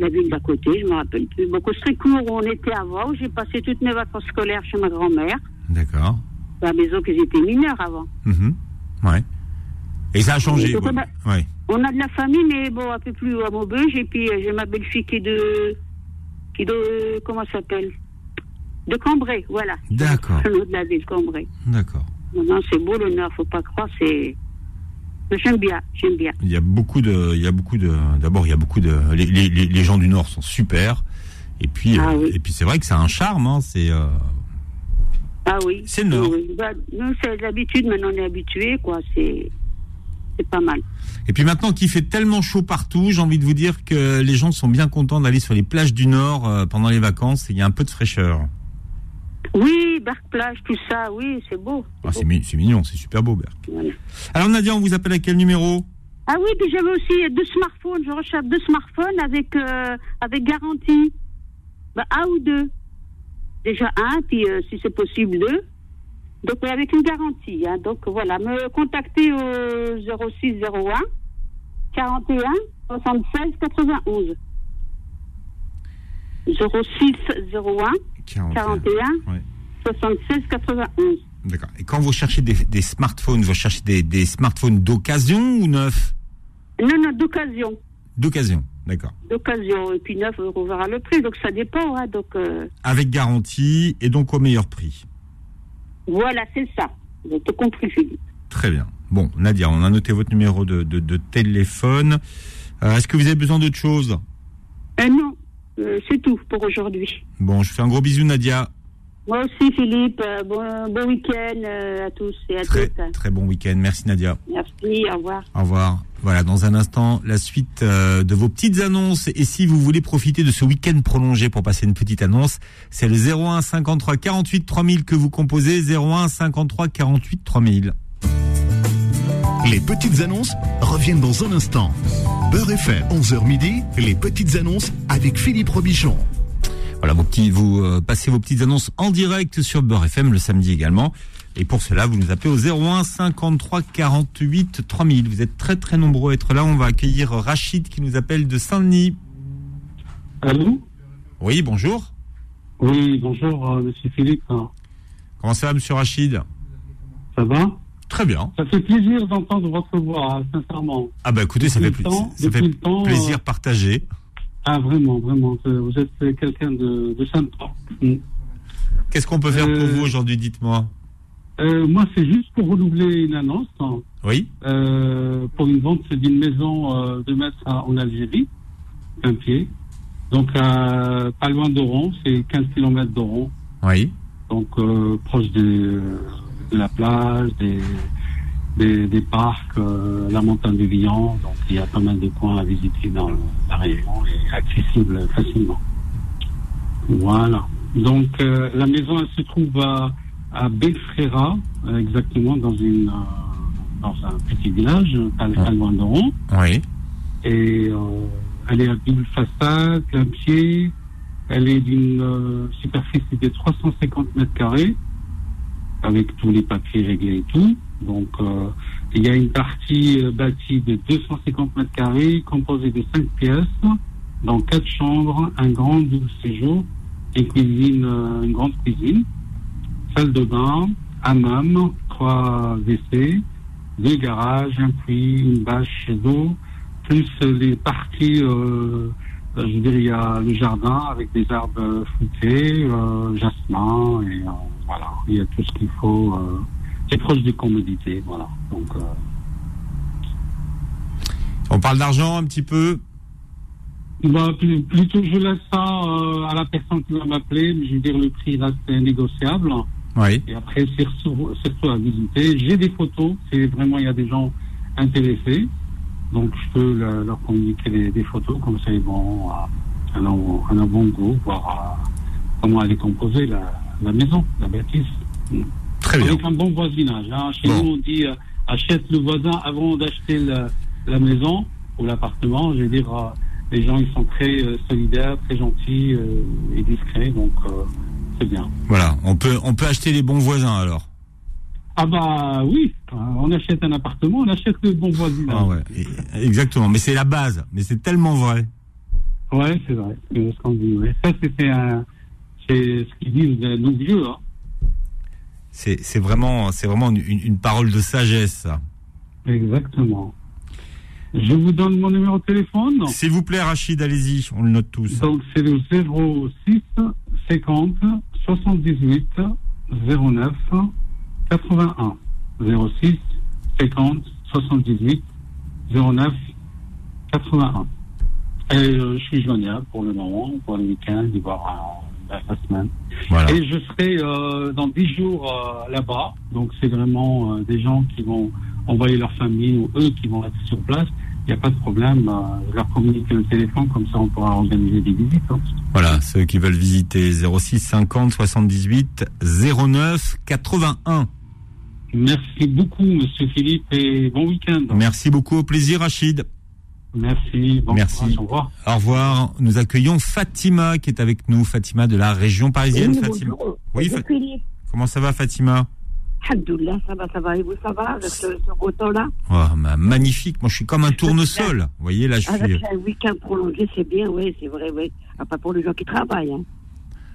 S7: La ville d'à côté, je ne me rappelle plus. Donc, au Stricourt, où on était avant, où j'ai passé toutes mes vacances scolaires chez ma grand-mère,
S2: D'accord.
S7: à la maison que j'étais mineure avant.
S2: Mhm. Ouais. Et ça a changé.
S7: Donc,
S2: ouais.
S7: on a-
S2: Ouais.
S7: On a de la famille, mais bon, un peu plus à Maubeuge. Et puis, euh, j'ai ma belle-fille qui est de. Qui est de comment ça s'appelle De Cambrai, voilà.
S2: D'accord.
S7: Le nom de la ville, Cambrai.
S2: D'accord.
S7: Non, non, c'est beau le Nord, faut pas croire, c'est. Mais J'aime bien, j'aime bien.
S2: Il y a beaucoup de, il y a beaucoup de, d'abord il y a beaucoup de, les, les- les- les gens du Nord sont super. Et puis, euh, et puis c'est vrai que ça a un charme, hein, c'est. euh,
S7: Ah oui.
S2: C'est le Nord.
S7: Oui, oui. Bah, nous, c'est l'habitude, maintenant on est habitué, quoi. C'est. C'est pas mal.
S2: Et puis maintenant qu'il fait tellement chaud partout, j'ai envie de vous dire que les gens sont bien contents d'aller sur les plages du Nord euh, pendant les vacances. et Il y a un peu de fraîcheur.
S7: Oui, Barque Plage, tout ça, oui, c'est beau.
S2: Ah, c'est mi- c'est mignon, c'est super beau, Berck. Alors Nadia, on vous appelle à quel numéro
S7: Ah oui, puis j'avais aussi deux smartphones. Je recherche deux smartphones avec, euh, avec garantie. Bah, un ou deux. Déjà un, puis euh, si c'est possible, deux. Donc euh, avec une garantie. hein. Donc voilà, me contacter au 0601 41 76 91. 0601
S2: 41,
S7: 41
S2: ouais.
S7: 76 91.
S2: D'accord. Et quand vous cherchez des, des smartphones, vous cherchez des, des smartphones d'occasion ou neufs
S7: Non, non, d'occasion.
S2: D'occasion, d'accord.
S7: D'occasion. Et puis neuf, on verra le prix. Donc ça dépend. hein. Donc. euh,
S2: Avec garantie et donc au meilleur prix.
S7: Voilà, c'est ça. Vous avez tout compris, Philippe.
S2: Très bien. Bon, Nadia, on a noté votre numéro de, de- de téléphone. Euh, Est-ce que vous avez besoin d'autre chose
S7: Euh, non, euh, c'est tout pour aujourd'hui.
S2: Bon, je vous fais un gros bisou, Nadia.
S7: Moi aussi, Philippe, euh, bon, bon week-end euh, à tous et à toutes.
S2: Très bon week-end. Merci, Nadia.
S7: Merci, au revoir.
S2: Au revoir. Voilà, dans un instant, la suite euh, de vos petites annonces. Et si vous voulez profiter de ce week-end prolongé pour passer une petite annonce, c'est le 01 53 48 3000 que vous composez. 01 53 48 3000.
S12: Les petites annonces reviennent dans un instant. Beurre FM, 11h midi, les petites annonces avec Philippe Robichon.
S2: Voilà, vos petits, vous euh, passez vos petites annonces en direct sur Beurre FM le samedi également. Et pour cela, vous nous appelez au 01 53 48 3000. Vous êtes très très nombreux à être là. On va accueillir Rachid qui nous appelle de Saint-Denis.
S13: Allô
S2: Oui, bonjour.
S13: Oui, bonjour, euh, monsieur Philippe.
S2: Comment ça va, monsieur Rachid
S13: Ça va
S2: Très bien.
S13: Ça fait plaisir d'entendre votre voix, hein, sincèrement.
S2: Ah bah écoutez, ça fait,
S13: Depuis
S2: pla-
S13: le temps-
S2: ça fait
S13: depuis le temps,
S2: plaisir
S13: euh,
S2: partagé.
S13: Ah, vraiment, vraiment. euh, Vous êtes quelqu'un de, de sympa. Mm.
S2: Qu'est-ce qu'on peut faire pour vous aujourd'hui, dites-moi
S13: Euh, moi, c'est juste pour renouveler une annonce hein,
S2: Oui
S13: euh, pour une vente d'une maison euh, de maître à- en Algérie, un pied. Donc, à- pas loin d'Oran, c'est 15 km d'Oran.
S2: Oui.
S13: Donc, euh, proche de, de la plage, des, des, des parcs, euh, la montagne du Vian. Donc, il y a pas mal de coins à visiter dans la région et accessible facilement. Voilà. Donc, euh, la maison, elle se trouve à, à Belfrera, euh, exactement dans, une, euh, dans un petit village, pas pas loin d'Oran.
S2: Oui.
S13: Et euh, elle est à double façade, plein pied. Elle est d'une euh, superficie de 350 mètres carrés, avec tous les papiers réglés et tout. Donc, euh, il y a une partie euh, bâtie de 250 mètres carrés, composée de 5 pièces, dans quatre chambres, un grand double séjour, une cuisine, euh, une grande cuisine, salle de bain, hammam, trois WC, deux garages, un puits, une bâche d'eau, plus les parties, euh, je veux dire, il y a le jardin avec des arbres euh, fruités, euh, jasmin, et euh, voilà, il y a tout ce qu'il faut. euh, c'est proche des commodités, voilà. Donc, euh,
S2: On parle d'argent un petit peu
S13: bah, pl- plutôt, je laisse ça euh, à la personne qui va m'appeler, mais je veux dire, le prix, là, c'est négociable.
S2: Oui.
S13: Et après, c'est surtout, surtout à visiter. J'ai des photos, c'est vraiment, il y a des gens intéressés. Donc, je peux le- leur communiquer des, des photos, comme ça, ils vont à un, bon- un bon goût, voir euh, comment elle est composée, la, la maison, la bâtisse.
S2: Très
S13: bien. Avec un bon voisinage. hein. Chez nous, on dit euh, achète le voisin avant d'acheter la, la maison ou l'appartement. Je veux dire, euh, les gens, ils sont très euh, solidaires, très gentils euh, et discrets, donc euh, c'est bien.
S2: Voilà, on peut, on peut acheter les bons voisins alors.
S13: Ah bah oui, euh, on achète un appartement, on achète le bon voisinage.
S2: Ah ouais, et- exactement. Mais c'est la base. Mais c'est tellement vrai.
S13: Ouais, c'est vrai. c'est ce qu'on dit, ouais. Ça, c'était un- c'est ce qu'ils disent de nos vieux. hein.
S2: C'est c'est vraiment, c'est vraiment une, une- une parole de sagesse. ça.
S13: Exactement. Je vous donne mon numéro de téléphone
S2: S'il vous plaît, Rachid, allez-y, on le note tous.
S13: Donc c'est le 06 50 78 09 81. 06 50 78 09 81. Et euh, je suis joignable pour le moment, pour le week-end, voire euh, la semaine.
S2: Voilà.
S13: Et je serai euh, dans 10 jours euh, là-bas. Donc, c'est vraiment euh, des gens qui vont envoyer leur famille ou eux qui vont être sur place. Il n'y a pas de problème. euh, je leur communique le téléphone, comme ça on pourra organiser des visites. hein.
S2: Voilà, ceux qui veulent visiter 06 50 78 09 81.
S13: Merci beaucoup, Monsieur Philippe, et bon week-end.
S2: Merci beaucoup, au plaisir, Rachid.
S13: Merci. Bon
S2: Merci.
S13: courage, au revoir.
S2: Au revoir. Nous accueillons Fatima qui est avec nous, Fatima de la région parisienne. Fatima. Oui, Fa-
S7: Euh, Philippe.
S2: comment ça va, Fatima
S7: Alhamdoulilah, ça va, ça va. Et vous, ça va avec ce, ce beau temps-là
S2: Oh, ma- Magnifique, moi je suis bah, comme un tournesol. Vous voyez, là Ah, je suis.
S7: Avec un week-end prolongé, c'est bien, oui, c'est vrai, oui. Ah, pas pour les gens qui travaillent. Hein.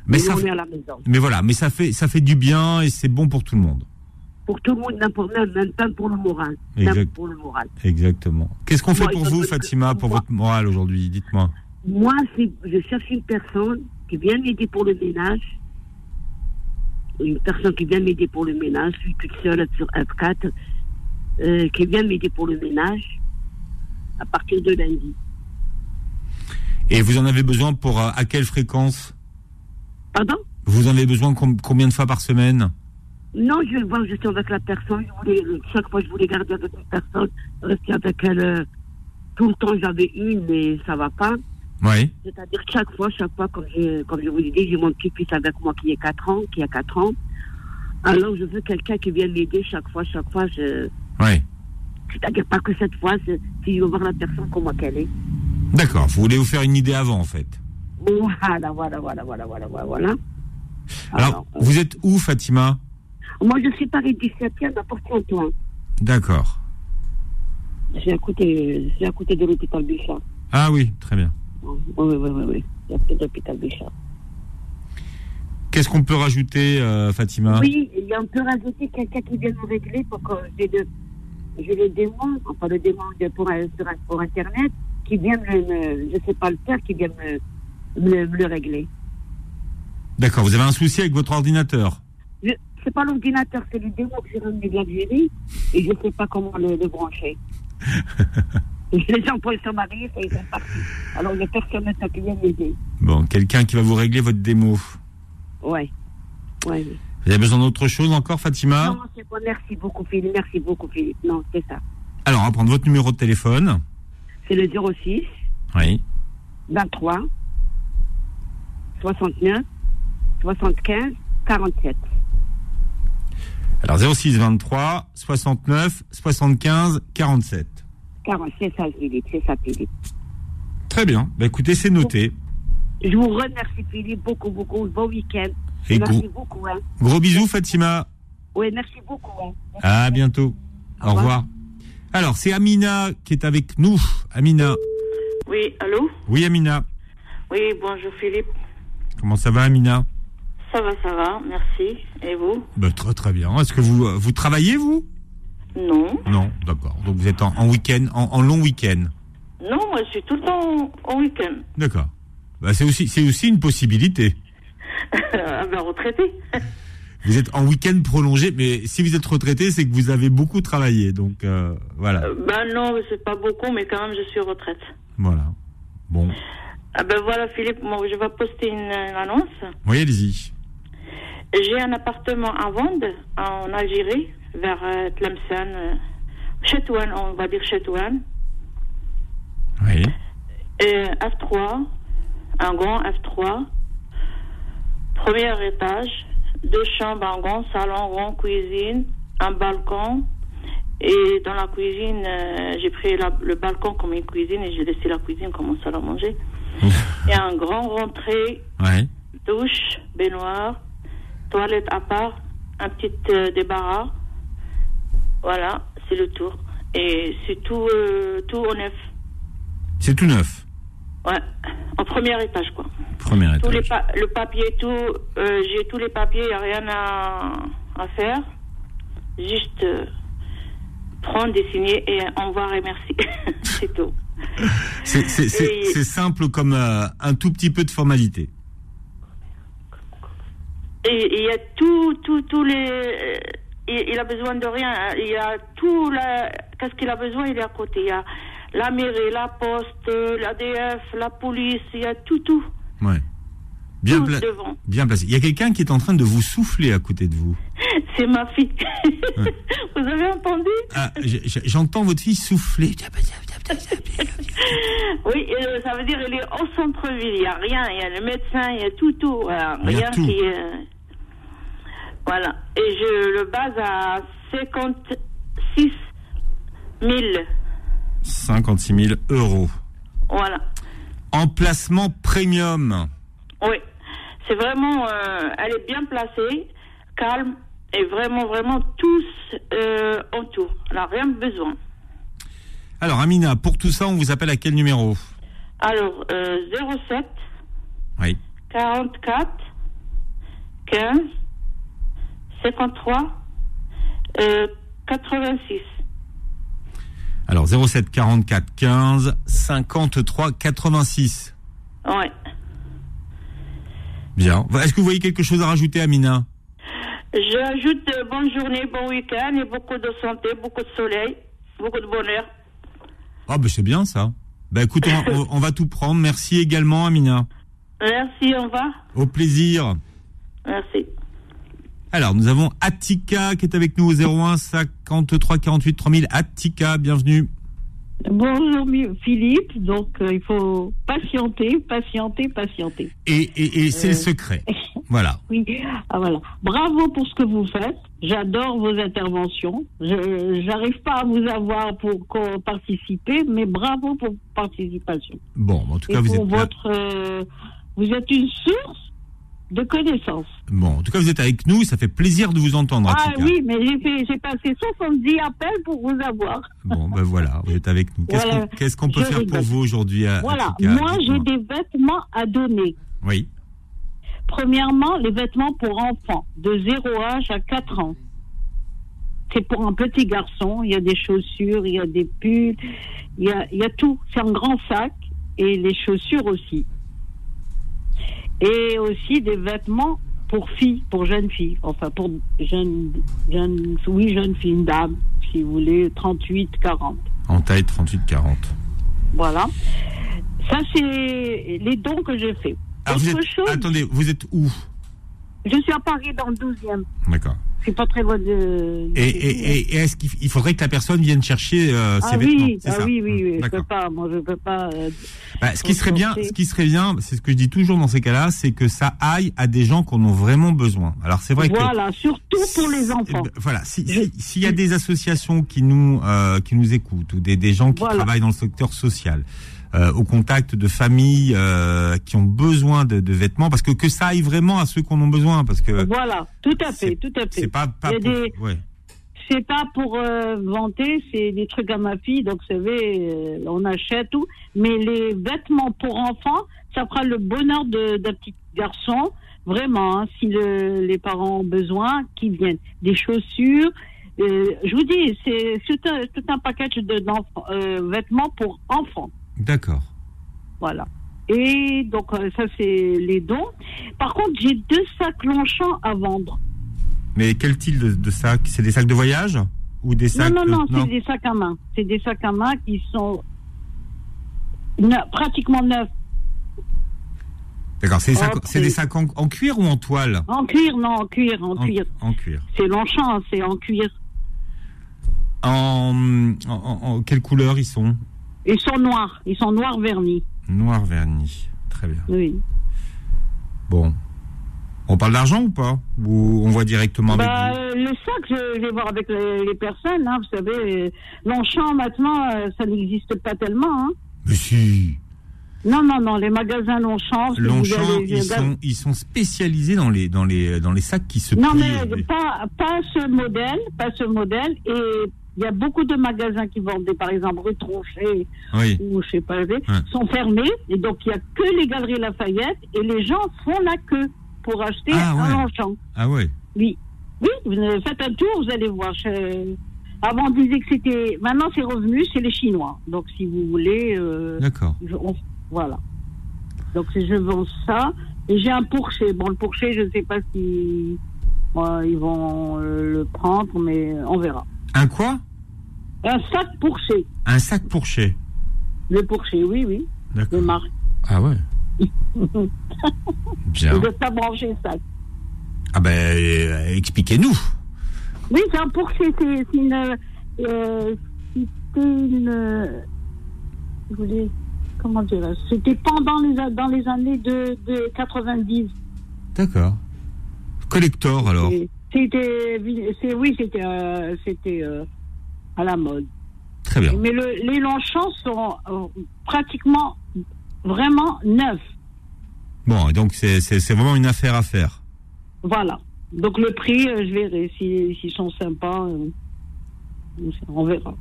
S2: Mais
S7: Nous,
S2: ça
S7: on
S2: fait-
S7: est à la maison.
S2: Mais voilà, mais ça fait, ça fait du bien et c'est bon pour tout le monde.
S7: Pour tout le monde, même pour, même, même, même pour le moral. Même
S2: Exact.
S7: pour le moral.
S2: Exactement. Qu'est-ce qu'on fait
S7: Moi,
S2: pour
S7: je
S2: vous,
S7: veux que-
S2: Fatima, pour votre morale aujourd'hui Dites-moi.
S7: Moi, c'est- je cherche une personne qui vient m'aider pour le ménage. Une personne qui vient m'aider pour le ménage. Je suis toute seule être sur F4. euh, qui vient m'aider pour le ménage à partir de lundi.
S2: Et vous en avez besoin pour euh, à quelle fréquence
S7: Pardon
S2: Vous en avez besoin com- combien de fois par semaine
S7: Non, je vais le voir justement avec la personne. Je voulais, euh, chaque fois, je voulais garder avec une personne, rester avec elle. euh, Tout le temps, j'avais une, mais ça va pas.
S2: Oui.
S7: C'est-à-dire chaque fois, chaque fois, comme je, comme je vous l'ai dit, j'ai mon petit-fils avec moi qui est 4 ans, qui a 4 ans. Alors, je veux quelqu'un qui vienne m'aider chaque fois, chaque fois. Je...
S2: Ouais.
S7: C'est-à-dire pas que cette fois, c'est- si je veux voir la personne, comment qu'elle est.
S2: D'accord, vous voulez vous faire une idée avant en fait.
S7: Voilà, voilà, voilà, voilà, voilà, voilà, voilà. Ah
S2: Alors,
S7: euh.
S2: vous êtes où, Fatima
S7: Moi, je suis Paris 17e, à Port-Saint-Ouen.
S2: D'accord.
S7: Je suis à côté, je suis à côté de l'hôpital Bichat.
S2: Ah oui, très bien.
S7: Oui, oui, oui, oui, oui. Je suis à côté de l'hôpital Bichat.
S2: Qu'est-ce qu'on peut rajouter, euh, Fatima
S7: Oui, il y a un peu rajouté quelqu'un qui vient nous régler pour que j'ai le, j'ai le démon, enfin le démon de- pour, euh, sur, pour Internet, qui vient me, me- je sais pas le faire, qui vient me, me, me le régler.
S2: D'accord, vous avez un souci avec votre ordinateur
S7: Je, c'est pas l'ordinateur, c'est le démon que j'ai ramené de l'Algérie, et je sais pas comment le, le brancher. Les gens, pour ils sont mariés, ça, ils sont partis. Alors, il n'y a personne maintenant qui vient m'aider.
S2: Bon, quelqu'un qui va vous régler votre démo.
S7: Ouais. Ouais.
S2: Vous avez besoin d'autre chose encore, Fatima
S7: Non, c'est bon, merci beaucoup, Philippe. Merci beaucoup, Philippe. Non, c'est ça.
S2: Alors, on va prendre votre numéro de téléphone.
S7: C'est le 06.
S2: Oui.
S7: 23, 69, 75, 47.
S2: Alors, 06 23 69 75 47.
S7: 47, c'est ça, Philippe, c'est ça, Philippe.
S2: Très bien. Bah, écoutez, c'est noté.
S7: Je vous remercie, Philippe, beaucoup, beaucoup. Bon week-end.
S2: Et
S7: merci
S2: gros-
S7: beaucoup. Hein.
S2: Gros bisous, Fatima.
S7: Oui, merci beaucoup. Hein.
S2: À bientôt. Au, revoir. Alors, c'est Amina qui est avec nous. Amina.
S10: Oui, allô
S2: Oui, Amina.
S10: Oui, bonjour Philippe.
S2: Comment ça va, Amina
S10: Ça va, ça va, merci. Et vous
S2: Bah, Très, très bien. Est-ce que vous, euh, vous travaillez, vous
S10: Non.
S2: Non, d'accord. Donc, vous êtes en, en week-end, en, en long week-end.
S10: Non, moi je suis tout le temps au week-end.
S2: D'accord. Bah, c'est aussi, c'est aussi une possibilité.
S10: ah ben, retraité.
S2: Vous êtes en week-end prolongé, mais si vous êtes retraité, c'est que vous avez beaucoup travaillé. Donc euh, voilà,
S10: Ben non, c'est pas beaucoup, mais quand même je suis retraite.
S2: voilà. Bon,
S10: Ah ben voilà Philippe, moi je vais poster une, une annonce.
S2: oui, allez-y.
S10: J'ai un appartement à Vande, en Algérie, vers euh, Tlemcen, euh, Chetouane, on va dire Chetouane.
S2: Oui.
S10: Et F3, un grand F3, premier étage, deux chambres, un grand salon, grand cuisine, un balcon. Et dans la cuisine, euh, j'ai pris la- le balcon comme une cuisine et j'ai laissé la cuisine comme un salle à manger. et un grand rentrée,
S2: Ouais.
S10: douche, baignoire, toilette à part, un petit euh, débarras. Voilà, c'est le tour. Et c'est tout, euh, tout en neuf.
S2: C'est tout neuf,
S10: Ouais, en premier étage, quoi.
S2: premier
S10: Tous
S2: étage.
S10: les pa- le papier, tout, euh, j'ai tous les papiers, il n'y a rien à, à faire. Juste euh, prendre, dessiner et au revoir et merci. c'est tout.
S2: C'est- C'est c'est-
S10: Et-
S2: c'est simple comme euh, un tout petit peu de formalité.
S10: Et il y a tout, tout, tous les. euh, Il, il a besoin de rien. hein. Il y a tout. la- Qu'est-ce qu'il a besoin Il est à côté. Il y a la mairie, la poste, l'ADF, la police. Il y a tout, tout.
S2: Ouais. Bien,
S10: Tous
S2: pla-
S10: devant.
S2: bien placé. Il y a quelqu'un qui est en train de vous souffler à côté de vous.
S10: C'est ma fille. Vous avez entendu
S2: Ah, j- j- J'entends votre fille souffler.
S10: Oui, euh, ça veut dire il est au centre-ville. Il n'y a rien. Il y a le médecin. Il y a tout, tout. Voilà,
S2: Il y a
S10: rien
S2: tout.
S10: qui. euh, Voilà. Et je le base à 56 000.
S2: 56 000 euros.
S10: Voilà.
S2: Emplacement premium.
S10: Oui, c'est vraiment, euh, elle est bien placée, calme et vraiment, vraiment tous euh, autour. Elle n'a rien besoin.
S2: Alors, Amina, pour tout ça, on vous appelle à quel numéro
S10: Alors, euh, 07
S2: Oui.
S10: 44 15 53 euh, 86.
S2: Alors, 07 44 15 53 86.
S10: Ouais.
S2: Bien. Est-ce que vous voyez quelque chose à rajouter, Amina
S10: J'ajoute euh, bonne journée, bon week-end et beaucoup de santé, beaucoup de soleil, beaucoup de bonheur.
S2: Ah, ben c'est bien ça. Ben écoute, on, on- on va tout prendre. Merci également, Amina.
S10: Merci, au revoir.
S2: Au plaisir.
S10: Merci.
S2: Alors, nous avons Attika qui est avec nous au 01 53 48 3000. Attika, bienvenue.
S7: Bonjour Mi- Philippe, donc euh, il faut patienter, patienter, patienter.
S2: Et, et- et c'est le
S7: Euh.
S2: secret. Voilà.
S7: Oui, ah, voilà. Bravo pour ce que vous faites. J'adore vos interventions. Je n'arrive pas à vous avoir pour co- participer, mais bravo pour votre participation.
S2: Bon, en tout cas,
S7: Et
S2: vous
S7: pour
S2: êtes là.
S7: votre, euh, vous êtes une source de connaissances.
S2: Bon, en tout cas, vous êtes avec nous. Ça fait plaisir de vous entendre,
S7: Ah
S2: Attika.
S7: oui, mais j'ai fait- j'ai passé 70 appels pour vous avoir.
S2: Bon, ben voilà, vous êtes avec nous. Qu'est-ce
S7: Voilà.
S2: qu'on qu'est-ce qu'on peut
S7: Je
S2: faire
S7: rigole.
S2: pour vous aujourd'hui, à-
S7: Voilà,
S2: Attika
S7: moi j'ai des vêtements à donner.
S2: Oui.
S7: Premièrement, les vêtements pour enfants, de 0 âge à 4 ans. C'est pour un petit garçon, il y a des chaussures, il y a des pulls, il y a, il y a tout. C'est un grand sac et les chaussures aussi. Et aussi des vêtements pour filles, pour jeunes filles, enfin pour jeunes, jeunes, oui, jeunes filles, une dame, si vous voulez, 38, 40.
S2: En taille 38-40.
S7: Voilà. Ça, c'est les dons que j'ai faits.
S2: Ah, vous êtes- Attendez, vous êtes où
S7: Je suis à Paris dans le 12e.
S2: D'accord.
S7: Je suis pas très loin de.
S2: Et, et- et- et est-ce qu'il f- il faudrait que la personne vienne chercher euh, ses
S7: ah
S2: vêtements
S7: oui,
S2: c'est
S7: ah
S2: ça
S7: oui, oui, oui, je
S2: D'accord.
S7: peux pas, moi je peux pas. euh,
S2: Bah, ce qui serait bien,
S7: transporter.
S2: ce qui serait bien, c'est ce que je dis toujours dans ces cas-là, c'est que ça aille à des gens qu'on a vraiment besoin. Alors c'est vrai que bah,
S7: Voilà, surtout pour les enfants.
S2: voilà, si- si- s'il y a des associations qui nous euh, qui nous écoutent ou des, des gens qui travaillent dans le secteur social, euh, au contact de familles euh, qui ont besoin de, de vêtements, parce que que ça aille vraiment à ceux qu'on en a besoin, parce que
S7: Voilà, tout à fait, tout à fait.
S2: c'est pas pas
S7: Il y a
S2: pour-
S7: des-
S2: ouais.
S7: C'est pas pour euh, vanter, c'est des trucs à ma fille, donc vous savez, euh, on achète tout. Mais les vêtements pour enfants, ça fera le bonheur de- d'un petit garçon, vraiment, hein, si le- les parents ont besoin, qu'ils viennent. Des chaussures, euh, je vous dis, c'est tout un, tout un package de d'enfants, euh, vêtements pour enfants.
S2: D'accord.
S7: Voilà. Et donc, euh, ça, c'est les dons. Par contre, j'ai deux sacs Longchamp à vendre.
S2: Mais quel type de, de sac C'est des sacs de voyage ou des sacs euh,
S7: non,
S2: de-
S7: non, non, c'est des sacs à main. C'est des sacs à main qui sont ne- pratiquement neufs.
S2: D'accord, c'est des sacs,
S7: Hop,
S2: c'est des sacs en, en cuir ou en toile
S7: En cuir, non, en cuir, en, cuir.
S2: En cuir.
S7: C'est Longchamp, c'est en cuir.
S2: En, en, en- quelle couleur ils sont
S7: Ils sont noirs, ils sont noirs vernis.
S2: Noir verni. Très bien.
S7: Oui.
S2: Bon. On parle d'argent ou pas Ou on voit directement avec
S7: Bah, euh, le sac, je vais voir avec les, les personnes. hein, vous savez, euh, Longchamp, maintenant, euh, ça n'existe pas tellement. hein.
S2: Mais si
S7: Non, non, non, les magasins Longchamp. si vous
S2: Longchamp,
S7: allez-
S2: ils sont, ils sont spécialisés dans les, dans, les, dans les sacs qui se
S7: Non,
S2: plient.
S7: mais pas, pas ce modèle, pas ce modèle. Et il y a beaucoup de magasins qui vendent, des, par exemple, rue Tronchet,
S2: Oui.
S7: ou je sais pas, sont fermés. Et donc, il n'y a que les galeries Lafayette et les gens font la queue pour acheter
S2: Ah,
S7: un
S2: ouais.
S7: Longchamp.
S2: Ah ouais
S7: Oui. Oui, vous euh, faites un tour, vous allez voir. chez- Avant, on disait que c'était. Maintenant, c'est revenu, c'est les Chinois. Donc, si vous voulez. euh,
S2: D'accord.
S7: je- on- Voilà. Donc, c'est- je vends ça. Et j'ai un pourcher. Bon, le pourcher, je ne sais pas si euh, ils vont euh, le prendre, mais on verra.
S2: Un quoi
S7: Un sac pourcher.
S2: Un sac pourché.
S7: Le pourcher, oui, oui.
S2: D'accord.
S7: Le marque.
S2: Ah ouais. Bien.
S7: Vous n'êtes pas branché sac.
S2: Ah ben, euh, expliquez-nous.
S7: Oui, c'est un pourcher. C'est c'est une. euh, C'était une. euh, je voulais- Comment dire C'était pendant les, a- dans les années de, de 90.
S2: D'accord. Collector alors.
S7: C'était, c'est- oui, c'était, euh, c'était euh, à la mode.
S2: Très bien.
S7: Mais le, les Longchamps sont euh, pratiquement vraiment neufs.
S2: Bon, et donc c'est c'est- c'est vraiment une affaire à faire.
S7: Voilà. Donc le prix, euh, je verrai si- s'ils sont sympas. euh, on verra.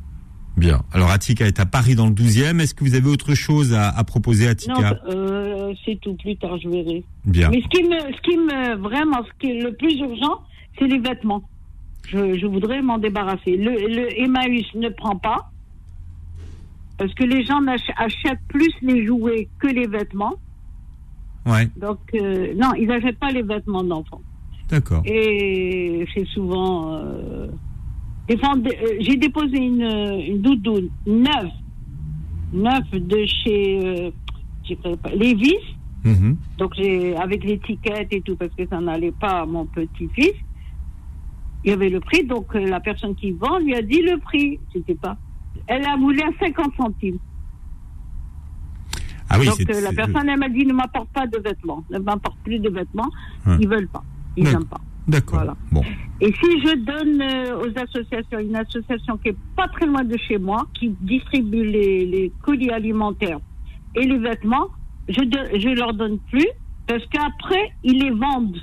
S2: Bien. Alors Attica est à Paris dans le 12e. Est-ce que vous avez autre chose à, à proposer Attica
S7: Non, euh, c'est tout. Plus tard, je verrai.
S2: Bien.
S7: Mais ce qui me, ce qui me vraiment, ce qui est le plus urgent, c'est les vêtements. Je, je voudrais m'en débarrasser. Le, le Emmaüs ne prend pas parce que les gens n'ach- achètent plus les jouets que les vêtements.
S2: Ouais.
S7: Donc euh, non, ils n'achètent pas les vêtements d'enfants.
S2: D'accord.
S7: Et c'est souvent. euh, des fois, on dé- euh, j'ai déposé une, euh, une doudoune neuve, neuve de chez euh, j'ai pas- pas- Lévis.
S2: Mhm.
S7: Donc j'ai avec l'étiquette et tout parce que ça n'allait pas à mon petit-fils. Il y avait le prix, donc euh, la personne qui vend lui a dit le prix. C'était pas. Elle a voulu à 50 centimes.
S2: Ah oui,
S7: donc
S2: c'est-
S7: euh, la
S2: c'est-
S7: personne elle m'a dit ne m'apporte pas de vêtements, ne m'apporte plus de vêtements.
S2: Ouais.
S7: Ils veulent pas, ils n'aiment pas.
S2: Hein. D'accord. Bon.
S7: Et si je donne euh, aux associations, une association qui est pas très loin de chez moi, qui distribue les, les colis alimentaires et les vêtements, je ne je leur donne plus parce qu'après, ils les vendent.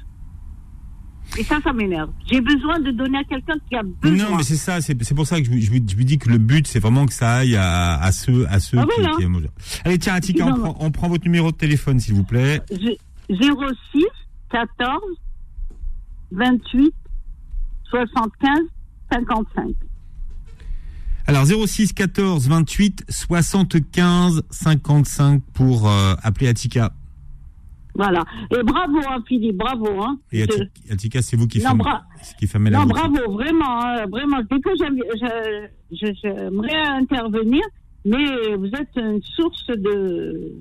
S7: Et ça, ça m'énerve. J'ai besoin de donner à quelqu'un qui a besoin.
S2: Non, mais c'est ça, c'est c'est pour ça que je, vous- je vous je vous dis que le but, c'est vraiment que ça aille à, à ceux, à ceux
S7: Ah,
S2: qui,
S7: voilà.
S2: qui aiment aux gens. Allez, tiens, Attica, on,
S7: Ils en
S2: prend, on prend votre numéro de téléphone, s'il vous plaît.
S7: Zé- 06 14 28 75 55.
S2: Alors, 06 14 28 75 55 pour euh, appeler Attica.
S7: Voilà. Et bravo, hein, Philippe, bravo. Hein.
S2: Et
S7: Je-
S2: Ati- Attica, c'est vous qui,
S7: Non,
S2: fermez,
S7: bra-
S2: qui fermez la
S7: Non,
S2: boutique.
S7: bravo, vraiment, hein, vraiment. Des fois, j'aime- je- je- j'aimerais intervenir, mais vous êtes une source de,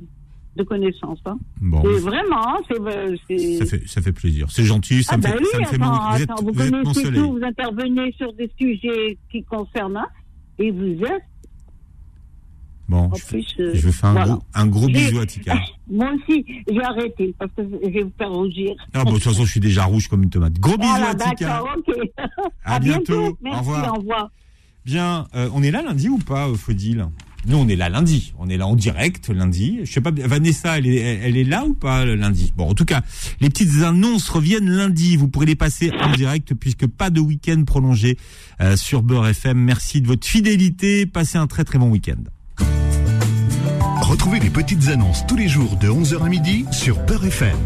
S7: de connaissances. Hein.
S2: Bon.
S7: Et vraiment, hein, c'est. c'est-
S2: Ça fait, ça fait plaisir. C'est gentil, ça
S7: ah
S2: me fait,
S7: bah oui,
S2: ça me fait
S7: attends,
S2: mon- vous êtes-
S7: attends, vous
S2: vous êtes mon
S7: connaissez
S2: soleil.
S7: tout, vous intervenez sur des sujets qui concernent, hein, et vous êtes.
S2: Bon,
S7: En
S2: je, fais-
S7: plus, euh,
S2: je vous fais un
S7: voilà.
S2: gros, un gros
S7: J'ai-
S2: bisou à Tika.
S7: Moi aussi, j'ai arrêté parce que je vais vous faire rougir.
S2: Ah bon, de toute façon, je suis déjà rouge comme une tomate. Gros bisous
S7: Voilà,
S2: à Tika.
S7: Oh
S2: Ah,
S7: d'accord, ok.
S2: À bientôt.
S7: Merci,
S2: Au revoir.
S7: Au revoir.
S2: Bien, euh, on est là lundi ou pas, euh, Faudil Nous, on est là lundi. On est là en direct lundi. Je sais pas, Vanessa, elle est, elle elle est là ou pas le lundi Bon, en tout cas, les petites annonces reviennent lundi. Vous pourrez les passer en direct puisque pas de week-end prolongé euh, sur Beurre FM. Merci de votre fidélité. Passez un très très bon week-end.
S1: Retrouvez les petites annonces tous les jours de 11h à midi sur Beurre FM.